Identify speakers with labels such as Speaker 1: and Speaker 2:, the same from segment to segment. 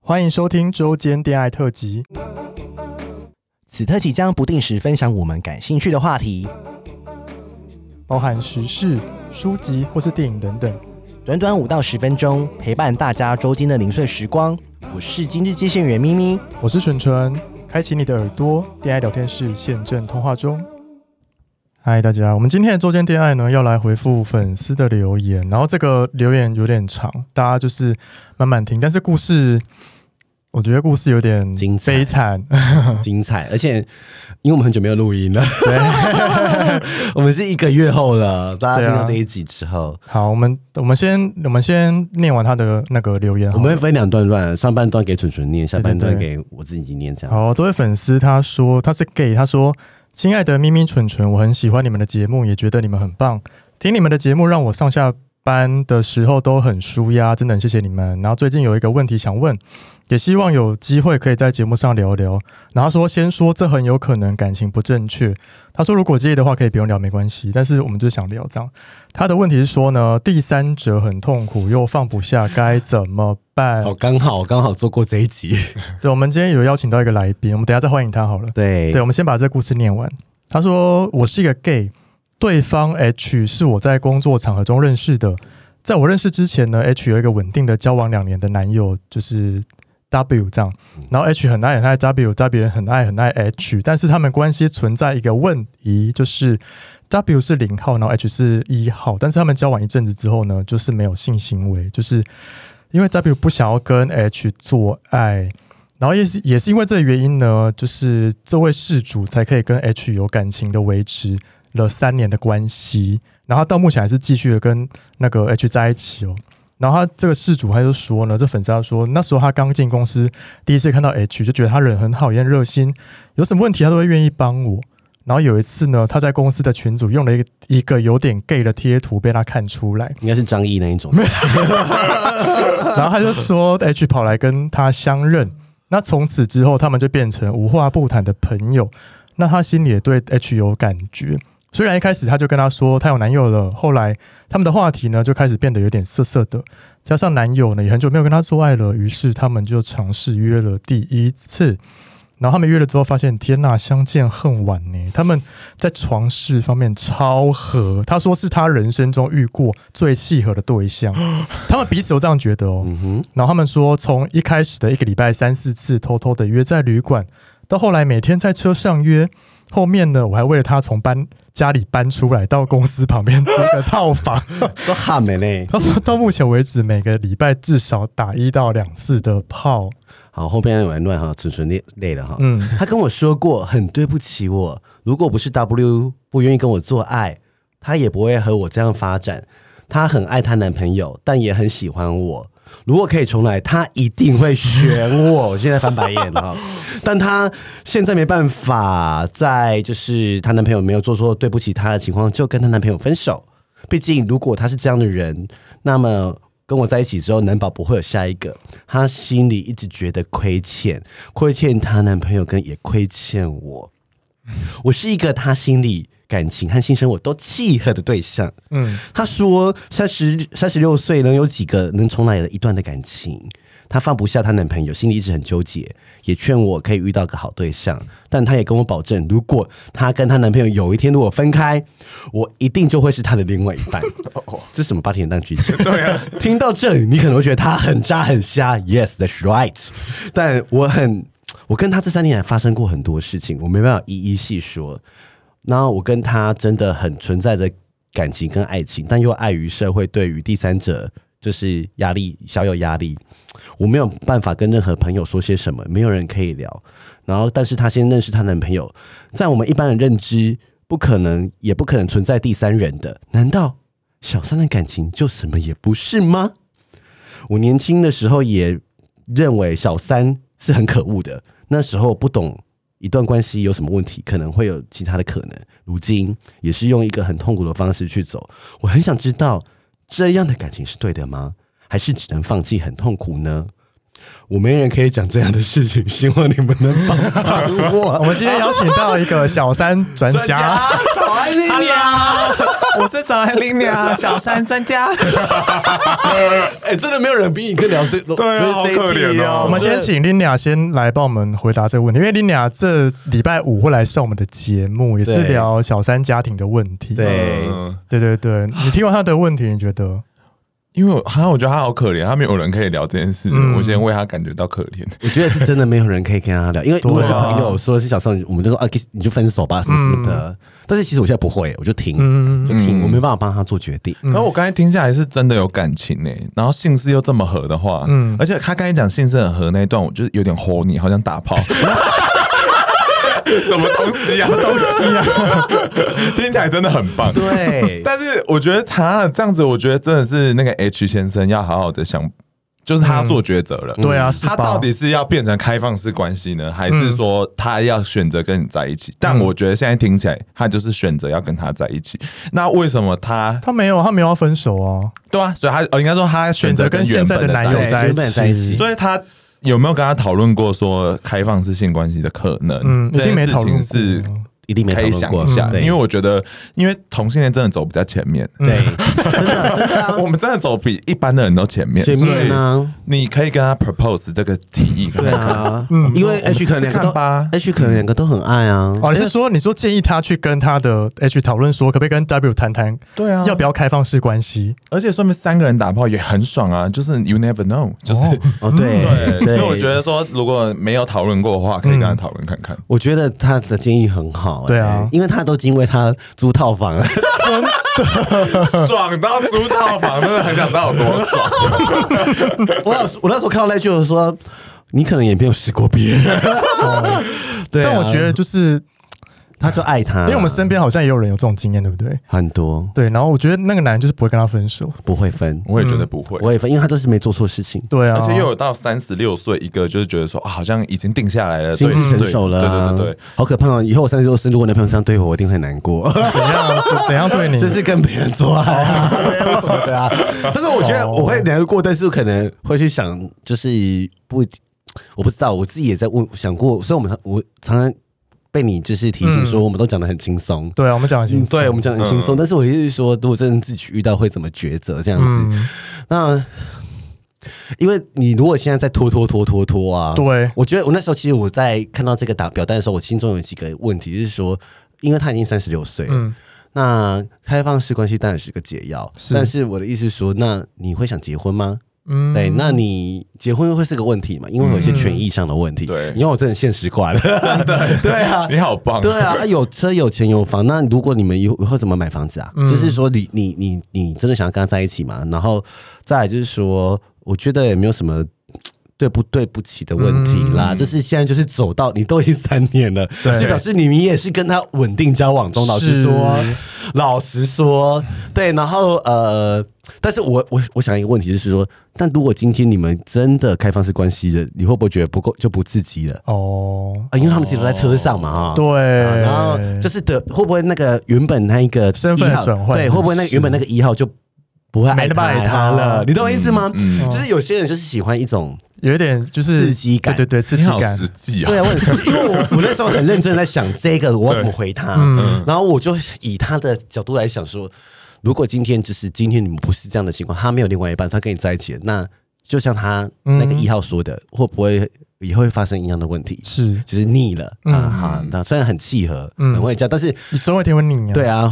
Speaker 1: 欢迎收听周间恋爱特辑。
Speaker 2: 此特辑将不定时分享我们感兴趣的话题，
Speaker 1: 包含时事、书籍或是电影等等。
Speaker 2: 短短五到十分钟，陪伴大家周间的零碎时光。我是今日接线员咪咪，
Speaker 1: 我是纯纯，开启你的耳朵，恋爱聊天室现正通话中。嗨，大家，我们今天的周间恋爱呢，要来回复粉丝的留言，然后这个留言有点长，大家就是慢慢听，但是故事。我觉得故事有点
Speaker 3: 精彩
Speaker 1: 悲惨，
Speaker 3: 精彩，而且因为我们很久没有录 音了，我们是一个月后了，大
Speaker 1: 对
Speaker 3: 家
Speaker 1: 啊
Speaker 3: 听到这一集之后，
Speaker 1: 好，我们我们先我们先念完他的那个留言
Speaker 2: 啊
Speaker 1: 好
Speaker 3: 我
Speaker 1: 了，
Speaker 3: 们会分两段乱，上半段给纯纯念，下半段
Speaker 1: 对
Speaker 3: 给我自己念，这样。
Speaker 1: 好，这位粉丝他说他是 gay，他说：“亲爱的咪咪蠢蠢，我很喜欢你们的节目，也觉得你们很棒。听你们的节目让我上下班的时候都很舒压，真的很谢谢你们。然后最近有一个问题想问，也希望有机会可以在节目上聊聊。然后他说先说这很有可能感情不正确。他说如果介意的话可以不用聊没关系，但是我们就想聊这样。他的问题是说呢，第三者很痛苦又放不下，该怎么办？
Speaker 3: 哦，刚好刚好做过这一集，
Speaker 1: 对，我们今天有邀请到一个来宾，我们等一下再欢迎他好了。
Speaker 3: 对
Speaker 1: 对，，我们先把这个故事念完。他说：“我是一个 gay，对方 H 是我在工作场合中认识的。在我认识之前呢，H 有一个稳定的交往两年的男友，就是 W 这样。然后 H 很爱很爱 W，W 很爱很爱 H，但是他们关系存在一个问题，就是 W 是零号，然后 H 是一号。但是他们交往一阵子之后呢，就是没有性行为，就是因为 W 不想要跟 H 做爱。”然后也是也是因为这个原因呢，就是这位事主才可以跟 H 有感情的维持了三年的关系，然后到目前还是继续的跟那个 H 在一起哦。然后他这个事主他就说呢，这粉丝他说那时候他刚进公司，第一次看到 H 就觉得他人很好，也很热心，有什么问题他都会愿意帮我。然后有一次呢，他在公司的群组用了一个一个有点 gay 的贴图被他看出来，
Speaker 3: 应该是张译那一 种，
Speaker 1: 然后他就说 H 跑来跟他相认，那从此之后他们就变成无话不谈的朋友。那他心里也对 H 有感觉，虽然一开始他就跟他说他有男友了，后来他们的话题呢就开始变得有点涩涩的，加上男友呢也很久没有跟他做爱了，于是他们就尝试约了第一次。然后他们约了之后，发现天呐，相见恨晚呢。他们在床事方面超合，他说是他人生中遇过最契合的对象，他们彼此都这样觉得哦。
Speaker 3: 嗯哼，
Speaker 1: 然后他们说，从一开始的一个礼拜三四次偷偷的约在旅馆，到后来每天在车上约，后面呢，我还为了他从搬家里搬出来到公司旁边租个套 房。
Speaker 3: 都喊没嘞。
Speaker 1: 他说到目前为止，每个礼拜至少打一到两次的炮。
Speaker 3: 好，后边有点乱哈，纯纯累累了哈。
Speaker 1: 嗯，
Speaker 3: 他跟我说过，很对不起我，如果不是 W 不愿意跟我做爱，他也不会和我这样发展。她很爱她男朋友，但也很喜欢我。如果可以重来，她一定会选我。 我现在翻白眼了哈，但她现在没办法，在就是她男朋友没有做错对不起她的情况，就跟她男朋友分手。毕竟，如果她是这样的人，那么跟我在一起之后，难保不会有下一个。她心里一直觉得亏欠，亏欠她男朋友，跟也亏欠我。我是一个她心里感情和性生活都契合的对象。
Speaker 1: 嗯，
Speaker 3: 他说三十三十六岁能有几个能重来的一段的感情？她放不下她男朋友，心里一直很纠结，也劝我可以遇到个好对象，但她也跟我保证，如果她跟她男朋友有一天如果分开，我一定就会是她的另外一半。这是什么八点档剧情？对啊，听到这里，你可能会觉得她很渣很瞎，Yes, that's right。但我很，我跟她这三年来发生过很多事情，我没办法一一细说。那我跟他真的很存在着感情跟爱情，但又碍于社会对于第三者就是压力小有压力，我没有办法跟任何朋友说些什么，没有人可以聊。然后，但是她先认识她男朋友，在我们一般的认知，不可能也不可能存在第三人的，难道小三的感情就什么也不是吗？我年轻的时候也认为小三是很可恶的，那时候不懂一段关系有什么问题，可能会有其他的可能。如今也是用一个很痛苦的方式去走。我很想知道，这样的感情是对的吗？还是只能放弃很痛苦呢？我没人可以讲这样的事情，希望你们能帮帮
Speaker 1: 我
Speaker 3: 我。
Speaker 1: 们今天邀请到一个小三专家，
Speaker 3: 早安你
Speaker 4: 我是早安林 鸟小三专家，
Speaker 3: 哎、真的没有人比你更了解，
Speaker 5: 对啊
Speaker 3: 就是这一题
Speaker 5: 好可怜哦
Speaker 1: 我们先请 Lina 先来帮我们回答这个问题，因为 Lina 这礼拜五会来上我们的节目，也是
Speaker 3: 对
Speaker 1: 聊小三家庭的问题。
Speaker 3: 对
Speaker 5: 嗯
Speaker 1: 对对对，你听完他的问题，你觉得？
Speaker 5: 因为我哈，我觉得他好可怜，他没有人可以聊这件事，
Speaker 1: 嗯
Speaker 5: 我先为他感觉到可怜。
Speaker 3: 我觉得是真的没有人可以跟他聊，因为
Speaker 1: 啊
Speaker 3: 如果是朋友说是小三，我们就说啊，你就分手吧，什么什么的。但是其实我现在不会，我就停，
Speaker 1: 嗯
Speaker 3: 就停，
Speaker 5: 嗯
Speaker 3: 我没办法帮他做决定。
Speaker 5: 然后我刚才听下来是真的有感情呢、欸然后姓氏又这么合的话，
Speaker 1: 嗯
Speaker 5: 嗯，而且他刚才讲姓氏很合那一段，我就是有点吼你，好像打炮， 什么东西啊，东西啊， 听起来真的很棒。
Speaker 3: 对，
Speaker 5: 但是我觉得他这样子，我觉得真的是那个 H 先生要好好的想，就是他要做抉择了。
Speaker 1: 对啊，是
Speaker 5: 他
Speaker 1: 吧
Speaker 5: 到底是要变成开放式关系呢，还是说他要选择跟你在一
Speaker 1: 嗯
Speaker 5: 起？但我觉得现在听起来，他就是选择要跟他在一起。那为什么他
Speaker 1: 他没有，他没有要分手啊，
Speaker 5: 对啊？所以他呃，应该说他选
Speaker 1: 选择
Speaker 5: 择
Speaker 1: 跟
Speaker 5: 跟
Speaker 1: 现
Speaker 5: 原
Speaker 1: 在
Speaker 5: 本
Speaker 1: 的
Speaker 5: 的
Speaker 1: 男友
Speaker 5: 在一起
Speaker 1: 在
Speaker 3: 原本在
Speaker 1: 一
Speaker 3: 一
Speaker 1: 起
Speaker 3: 起。
Speaker 5: 所以他有没有跟他讨论过说开放式性关系的可能？
Speaker 1: 嗯，一
Speaker 5: 这
Speaker 1: 定
Speaker 5: 件
Speaker 1: 没
Speaker 5: 事
Speaker 1: 讨论
Speaker 5: 情
Speaker 1: 过嗯
Speaker 5: 是
Speaker 3: 一定没
Speaker 5: 可
Speaker 3: 讨
Speaker 5: 以
Speaker 3: 论
Speaker 5: 想
Speaker 3: 过
Speaker 5: 一下，
Speaker 3: 对
Speaker 5: 因为我觉得，因为同性恋真的走比较前面，
Speaker 3: 对，
Speaker 1: 啊
Speaker 5: 我们真的走比一般的人都前面，
Speaker 3: 前面啊呢？
Speaker 5: 所以你可以跟他 propose 这个提议，
Speaker 3: 对啊，
Speaker 1: 嗯
Speaker 3: 因为
Speaker 5: 我们
Speaker 3: H 可能两个
Speaker 5: 试试看
Speaker 3: 都
Speaker 5: 吧
Speaker 3: ，H 可能两个都很爱啊。
Speaker 1: 哦，你是说你说建议他去跟他的 H 讨论说，可不可以跟 W 谈谈
Speaker 5: 对啊，
Speaker 1: 要不要开放式关系？
Speaker 5: 而且说明三个人打炮也很爽啊，就是 you never know，就是、
Speaker 3: 哦， 对
Speaker 1: 嗯
Speaker 3: 对，
Speaker 5: 对，所以我觉得说如果没有讨论过的话，可以跟他讨论看看。
Speaker 3: 我觉得他的建议很好、欸，
Speaker 1: 对啊
Speaker 3: 因为他都已经为他租套房了，
Speaker 5: 爽到租套房，真的很想知道有多爽。
Speaker 3: 我有我那时候看到那句，我说你可能也没有试过别 人，对啊嗯
Speaker 1: 但我觉得就是
Speaker 3: 他就爱他，
Speaker 1: 因为我们身边好像也有人有这种经验，对不对？
Speaker 3: 很多
Speaker 1: 对，然后我觉得那个男人就是不会跟他分手，
Speaker 3: 不会分，
Speaker 5: 我也觉得不会。
Speaker 3: 不会分，因为他都是没做错事情，
Speaker 1: 对啊，
Speaker 5: 而且又有到三十六岁，一个就是觉得说啊，好像已经定下来了，
Speaker 3: 心
Speaker 5: 对
Speaker 3: 智成熟了、啊，
Speaker 5: 对对对对
Speaker 3: 好可怕哦！以后我三十多岁，如果男朋友这样对我，我一定很难过。
Speaker 1: 怎样 是怎样对你？
Speaker 3: 就是跟别人做爱、啊，没有 什么的啊。但是我觉得我会难过，但是可能会去想，就是不，我不知道，我自己也在问想过，所以我们我常常被你就是提醒说，我们都讲的很轻松。
Speaker 1: 对啊，我们讲清
Speaker 3: 嗯
Speaker 1: 楚，
Speaker 3: 对，我们讲得很轻松，但是我就是说，如果真的自己遇到，会怎么抉择这样子？
Speaker 1: 嗯，
Speaker 3: 那因为你如果现在在拖拖拖拖拖啊，
Speaker 1: 对
Speaker 3: 我觉得我那时候其实我在看到这个打表单的时候，我心中有几个问题，就是说，因为他已经三十六岁了，
Speaker 1: 嗯
Speaker 3: 那开放式关系当然是个解药，
Speaker 1: 是
Speaker 3: 但是我的意思是说，那你会想结婚吗？
Speaker 1: 嗯，
Speaker 3: 对，那你结婚会是个问题嘛？因为会有一些权益上的问题。
Speaker 5: 嗯对
Speaker 3: 因为我真的现实观，真的， 对 啊，
Speaker 5: 你好棒，
Speaker 3: 对啊，啊有车有钱有房，那如果你们以后以后怎么买房子啊？
Speaker 1: 嗯
Speaker 3: 就是说你你你你真的想要跟他在一起吗？然后再来就是说，我觉得也没有什么。对不对不起的问
Speaker 1: 嗯
Speaker 3: 题啦，就是现在就是走到你都已经三年了，
Speaker 1: 对
Speaker 3: 就表示你们也是跟他稳定交往中。老实说，老实说，对，然后呃，但是我我我想一个问题就是说，但如果今天你们真的开放式关系了，你会不会觉得不够就不刺激了
Speaker 1: 哦，
Speaker 3: 啊？因为他们自己都在车上嘛，啊，
Speaker 1: 对
Speaker 3: 啊，然后就是得会不会那个原本那一个
Speaker 1: 身份的
Speaker 3: 一号
Speaker 1: 转换
Speaker 3: 对，
Speaker 1: 是不是
Speaker 3: 会不会那个原本那个一号就不会爱
Speaker 1: 没那么爱他了哦
Speaker 3: 了？你懂我意思吗？
Speaker 5: 嗯嗯
Speaker 3: 就是有些人就是喜欢一种，
Speaker 1: 有一点就是
Speaker 3: 刺激感
Speaker 1: 对对对，刺
Speaker 5: 你
Speaker 1: 激
Speaker 5: 好
Speaker 1: 感
Speaker 5: 实，际啊
Speaker 3: 对，啊，我很因为我我那时候很认真地在想这个我要怎么回他，
Speaker 1: 嗯
Speaker 3: 然后我就以他的角度来想说，如果今天就是今天你们不是这样的情况，他没有另外一半，他跟你在一起了，那就像他
Speaker 1: 嗯
Speaker 3: 那个一号说的，会不会以后会发生一样的问题？
Speaker 1: 是，
Speaker 3: 就是腻了
Speaker 1: 嗯
Speaker 3: 啊哈，那虽然很契合，
Speaker 1: 嗯
Speaker 3: 很会这样，但是
Speaker 1: 你总有一天会腻啊，
Speaker 3: 对啊，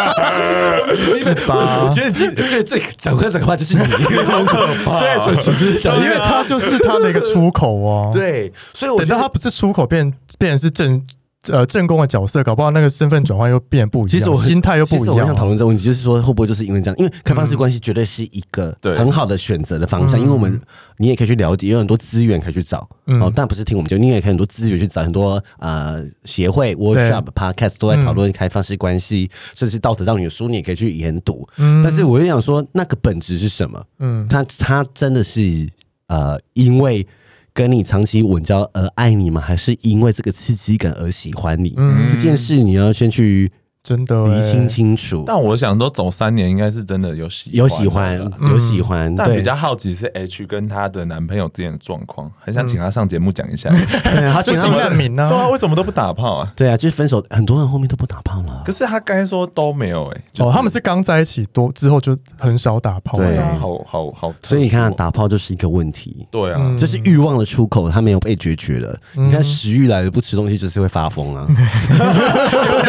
Speaker 1: 是
Speaker 3: 我
Speaker 1: 吧？
Speaker 3: 觉得这觉得最讲快讲快就是你， 好可怕。啊对，所以就是讲，
Speaker 1: 因为他就是他的一个出口哦，
Speaker 3: 对，所以我
Speaker 1: 等
Speaker 3: 觉
Speaker 1: 到
Speaker 3: 得
Speaker 1: 他不是出口变变成是正呃正宫的角色，搞不好那个身份转换又变不一样，
Speaker 3: 其实我很
Speaker 1: 心态又
Speaker 3: 其
Speaker 1: 不
Speaker 3: 实
Speaker 1: 一
Speaker 3: 我很
Speaker 1: 样啊
Speaker 3: 想。讨论这个问题，就是说会不会就是因为这样？因为开放式关系绝对是一个
Speaker 5: 对
Speaker 3: 很好的选择的方向，因为我们你也可以去了解，有很多资源可以去找。
Speaker 1: 嗯
Speaker 3: 哦，但不是听我们节目，你也可以很多资源去找很多呃协会、workshop、podcast 都在讨论开放式关系，甚至道德让你的书你也可以去研读。
Speaker 1: 嗯
Speaker 3: 但是我就想说，那个本质是什么？
Speaker 1: 嗯
Speaker 3: 他他真的是呃，因为跟你长期稳呃
Speaker 5: 啊
Speaker 3: 交而爱你吗？还是因为这个刺激感而喜欢你？
Speaker 1: 嗯
Speaker 3: 这件事你要先去
Speaker 1: 真的欸
Speaker 3: 厘 清清楚。
Speaker 5: 但我想说，走三年应该是真的有喜
Speaker 3: 有喜欢
Speaker 5: 欢的啦，
Speaker 1: 嗯
Speaker 3: 有喜欢，
Speaker 5: 但
Speaker 3: 对
Speaker 5: 比，较好奇是 H 跟她的男朋友之间的状况，很想请她上节目讲一下。
Speaker 3: 对他
Speaker 1: 就
Speaker 3: 请
Speaker 1: 是
Speaker 3: 他
Speaker 1: 性
Speaker 3: 们，
Speaker 1: 难民呢
Speaker 5: 对啊，为什么都不打炮啊？
Speaker 3: 对啊，就是分手，很多人后面都不打炮了啊
Speaker 5: 可。是她刚才说都没有哎，就
Speaker 1: 哦，他们是刚在一起多之后就很少打炮，
Speaker 3: 对
Speaker 5: 这样好好好特殊哦，
Speaker 3: 所以你看，打炮就是一个问题，
Speaker 5: 对啊
Speaker 1: 嗯，
Speaker 3: 这是欲望的出口，他没有被决绝了。你看食欲来了，不吃东西就是会发 疯啊。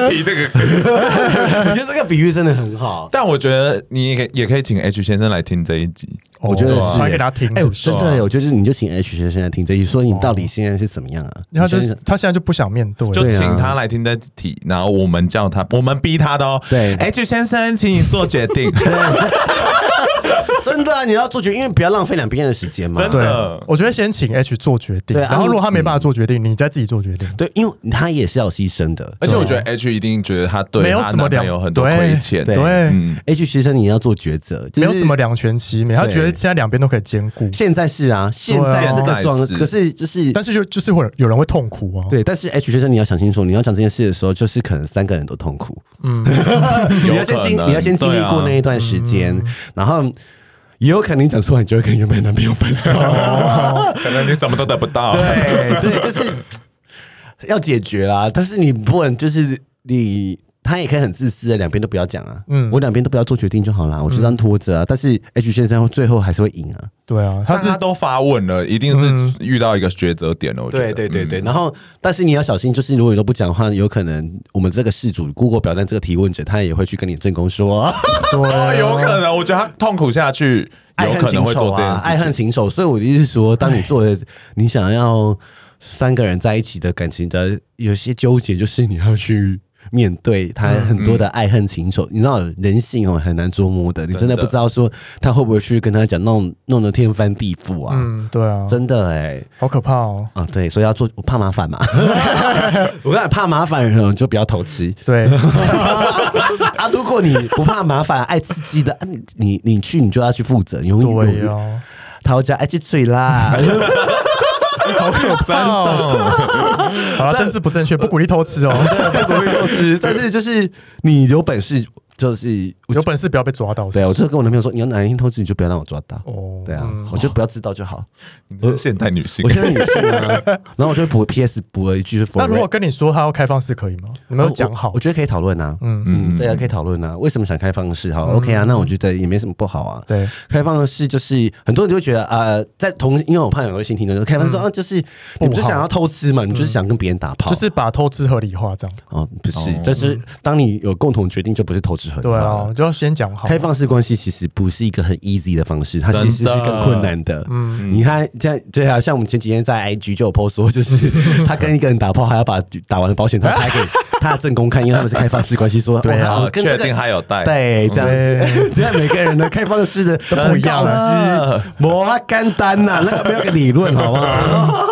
Speaker 5: 提这个，
Speaker 3: 我觉得这个比喻真的很好。
Speaker 5: 但我觉得你也可以也可以请 H 先生来听这一集。
Speaker 3: 我觉得
Speaker 1: 哦
Speaker 3: 是
Speaker 1: 传给他听，
Speaker 3: 哎、
Speaker 1: 是不是哦
Speaker 3: 真
Speaker 5: 是
Speaker 3: 的，我觉得你就请 H 先生来听这一，说你到底现在是怎么样啊？
Speaker 1: 他就
Speaker 3: 你
Speaker 1: 是
Speaker 3: 现在
Speaker 1: 他现在就不想面对，
Speaker 5: 就
Speaker 3: 对啊
Speaker 5: 请他来听这题，然后我们叫他，我们逼他的哦。
Speaker 3: 对
Speaker 5: ，H 先生，请你做决 定。
Speaker 3: 真的、啊，你要做决定，因为不要浪费两边的时间嘛。
Speaker 5: 真
Speaker 1: 对啊
Speaker 5: 的，
Speaker 1: 我觉得先请 H 做决定，
Speaker 3: 对啊
Speaker 1: 然后如果他没办法做决定，你再自己做决定。
Speaker 3: 对，因为他也是要牺牲的，
Speaker 5: 而且我
Speaker 3: 对
Speaker 5: 觉得 H 一定觉得他对
Speaker 1: 没有
Speaker 5: 他
Speaker 1: 什么
Speaker 5: 男朋
Speaker 1: 两
Speaker 5: 友很多
Speaker 1: 对
Speaker 5: 亏欠，
Speaker 3: 对
Speaker 1: 对，
Speaker 5: 嗯，
Speaker 3: H 先生你要做抉择，就是
Speaker 1: 没有什么两全其美，他
Speaker 3: 对
Speaker 1: 觉得现在两边都可以兼顾，
Speaker 3: 现在是啊，现
Speaker 1: 对
Speaker 3: 在
Speaker 1: 啊
Speaker 3: 这个状
Speaker 5: 现在，是
Speaker 3: 可是就是
Speaker 1: 但是就就是会有有人会痛苦啊。
Speaker 3: 对，但是 H 先生你要想清楚，你要讲这件事的时候，就是可能三个人都痛苦， 你
Speaker 5: 嗯有
Speaker 3: 要先
Speaker 5: 可
Speaker 3: 经
Speaker 5: 能啊
Speaker 3: 你要先经历
Speaker 5: 对啊
Speaker 3: 过那一段时间，然后也有可能你讲出来，你就会跟原本的男朋友分 手。
Speaker 5: 可能你什么都得不到。
Speaker 3: 对对，就是要解决啦。但是你不能就是你。他也可以很自私的，两边都不要讲啊。
Speaker 1: 嗯，
Speaker 3: 嗯我两边都不要做决定就好啦，我就
Speaker 5: 嗯
Speaker 3: 这样拖着啊。但是 H 先生最后还是会赢啊。
Speaker 1: 对 啊，他
Speaker 5: 但
Speaker 1: 是嗯
Speaker 5: 他都发问了，一定是遇到一个抉择点了。我觉得，
Speaker 3: 对对对对，
Speaker 5: 嗯
Speaker 3: 然后但是你要小心，就是如果你都不讲的话，有可能我们这个事主 Google 表单这个提问者，他也会去跟你正宫说，
Speaker 1: 啊
Speaker 5: 哦，有可能，我觉得他痛苦下去，
Speaker 3: 呃爱
Speaker 5: 有
Speaker 3: 恨
Speaker 5: 可能
Speaker 3: 情
Speaker 5: 会
Speaker 3: 仇
Speaker 5: 做这件
Speaker 3: 啊，
Speaker 5: 事情。
Speaker 3: 爱恨情仇。所以我的意思是说，当你做的，你想要三个人在一起的感情的有些纠结，就是你要去。面对他很多的爱恨情仇，你知道人性哦很难捉摸的，你真的
Speaker 5: 真的
Speaker 3: 不知道说他会不会去跟他讲弄弄得天翻地覆啊，
Speaker 1: 嗯，对啊，
Speaker 3: 真的哎、
Speaker 1: 好可怕哦。
Speaker 3: 啊，对，所以要做，我怕麻烦嘛。 我讲怕麻烦的人就不要偷吃
Speaker 1: 对，
Speaker 3: 啊。如果你不怕麻烦、爱刺激的，啊、你你你去，你就要去负责。因为
Speaker 1: 对 呀，
Speaker 3: 讨价爱哎去嘴 啦。
Speaker 1: 好可怕哦。 好了，政治不正确，不鼓励偷吃 哦。
Speaker 3: 不会偷吃，但是就是你有本事，就是我
Speaker 1: 有本事不要被抓到。是
Speaker 3: 对我
Speaker 1: 不是
Speaker 3: 就跟我男朋友说，你要哪一天偷吃，你就不要让我抓到。
Speaker 1: 哦
Speaker 3: 对啊
Speaker 1: 嗯，
Speaker 3: 我就不要知道就好。
Speaker 5: 你真是现代女性
Speaker 3: 我，现在也是 啊，然后我就会补 PS 补了一句是 for
Speaker 1: 那
Speaker 3: rent。
Speaker 1: 如果跟你说他要开放式可以吗？你们有讲
Speaker 3: 我
Speaker 1: 好
Speaker 3: 我，觉得可以讨论啊。
Speaker 1: 嗯
Speaker 3: 嗯，对啊，可以讨论啊。为什么想开放式？好，OK 啊，那我觉得也没什么不好啊。
Speaker 1: 对，
Speaker 3: 开放式就是很多人就会觉得呃，在同因为我怕有些新听众就开放式说啊，就是你不是想要偷吃嘛，你就是想跟别人打炮，
Speaker 1: 就是把偷吃合理化这样。
Speaker 3: 哦，不是，但是当你有共同决定，就不是偷吃很
Speaker 1: 对啊，就要先讲好。
Speaker 3: 开放式关系其实不是一个很 easy 的方式，它其实是
Speaker 5: 真的
Speaker 3: 更困难的。嗯，你看，像对啊，像我们前几天在 IG 就有 post 说，就是他跟一个人打炮，还要把打完的保险套拍给他的正宫看，因为他们是开放式关系，说
Speaker 5: 对啊
Speaker 3: 哦我跟这
Speaker 5: 确定他有带
Speaker 3: 对，这样
Speaker 1: 对
Speaker 3: 子，这样每个人的开放式的都
Speaker 1: 不一样
Speaker 3: 了，摩啊干单 呐，那个没有个理论，好不 好？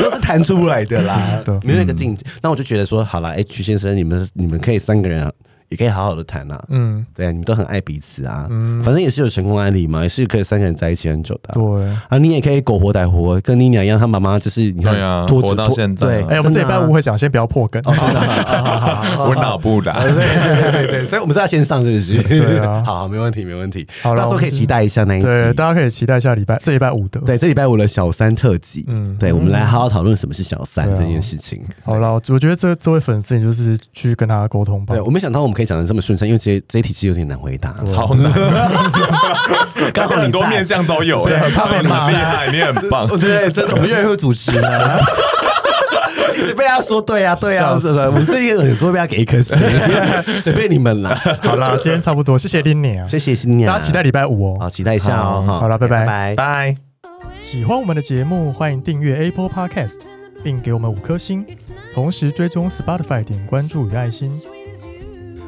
Speaker 3: 都是弹出来的啦，
Speaker 1: 的
Speaker 3: 没有一个定。嗯那我就觉得说，好啦 h 先生，你们你们可以三个人啊也可以好好的谈啊，
Speaker 1: 嗯，
Speaker 3: 对啊，你们都很爱彼此啊，
Speaker 5: 嗯
Speaker 3: 反正也是有成功案例嘛，也是可以三个人在一起很久的、啊。
Speaker 1: 对。
Speaker 3: 啊，你也可以苟活歹活，跟妮妮一样，她妈妈就是你看
Speaker 5: 对啊
Speaker 3: 拖
Speaker 5: 活到
Speaker 3: 拖
Speaker 5: 现在啊
Speaker 3: 对，
Speaker 1: 哎，我们这
Speaker 3: 真
Speaker 1: 礼
Speaker 3: 的
Speaker 1: 拜
Speaker 3: 啊
Speaker 1: 五会讲，先不要破梗。
Speaker 3: 哦
Speaker 5: 我脑不打。
Speaker 3: 对呃对对对对，所以我们是要先上，是不是？
Speaker 1: 对啊
Speaker 3: 好，没问题，没问题。
Speaker 1: 好了
Speaker 3: 到时候可以期待一下那一集。
Speaker 1: 对，大家可以期待一下礼拜这礼拜五的。
Speaker 3: 对，这礼拜五的小三特辑，嗯
Speaker 1: 嗯，
Speaker 3: 对，我们来好好讨论什么是小三
Speaker 1: 对啊
Speaker 3: 这件事情。
Speaker 1: 好了，我我觉得这这位粉丝，你就是去跟他沟通吧
Speaker 3: 对，。我没想到我们可以讲的这么顺畅，因为这这一题其实有点难回答。
Speaker 5: 超难，
Speaker 3: 刚好你在
Speaker 5: 很多面向都有，
Speaker 1: 对
Speaker 5: 哎
Speaker 1: 他被
Speaker 5: 你
Speaker 1: 骂
Speaker 5: 很厉害，你很棒。
Speaker 1: 哦
Speaker 3: 对，真的，我们越来越会主持 了。一直被他说对啊，对啊，
Speaker 1: 笑
Speaker 3: 是
Speaker 1: 死
Speaker 3: 的，我们这些人都被他给一颗 星，随便你们啦。
Speaker 1: 好 啦，今天差不多，谢谢林你啊，
Speaker 3: 谢谢新娘，
Speaker 1: 大家期待礼拜五
Speaker 3: 好，
Speaker 1: 哦。
Speaker 3: 期待一下哦。
Speaker 1: 好好了拜拜
Speaker 3: 拜。
Speaker 5: 拜。
Speaker 1: 喜欢我们的节目，欢迎订阅 Apple Podcast，并给我们五颗星，同时追踪 Spotify 点关注与爱心。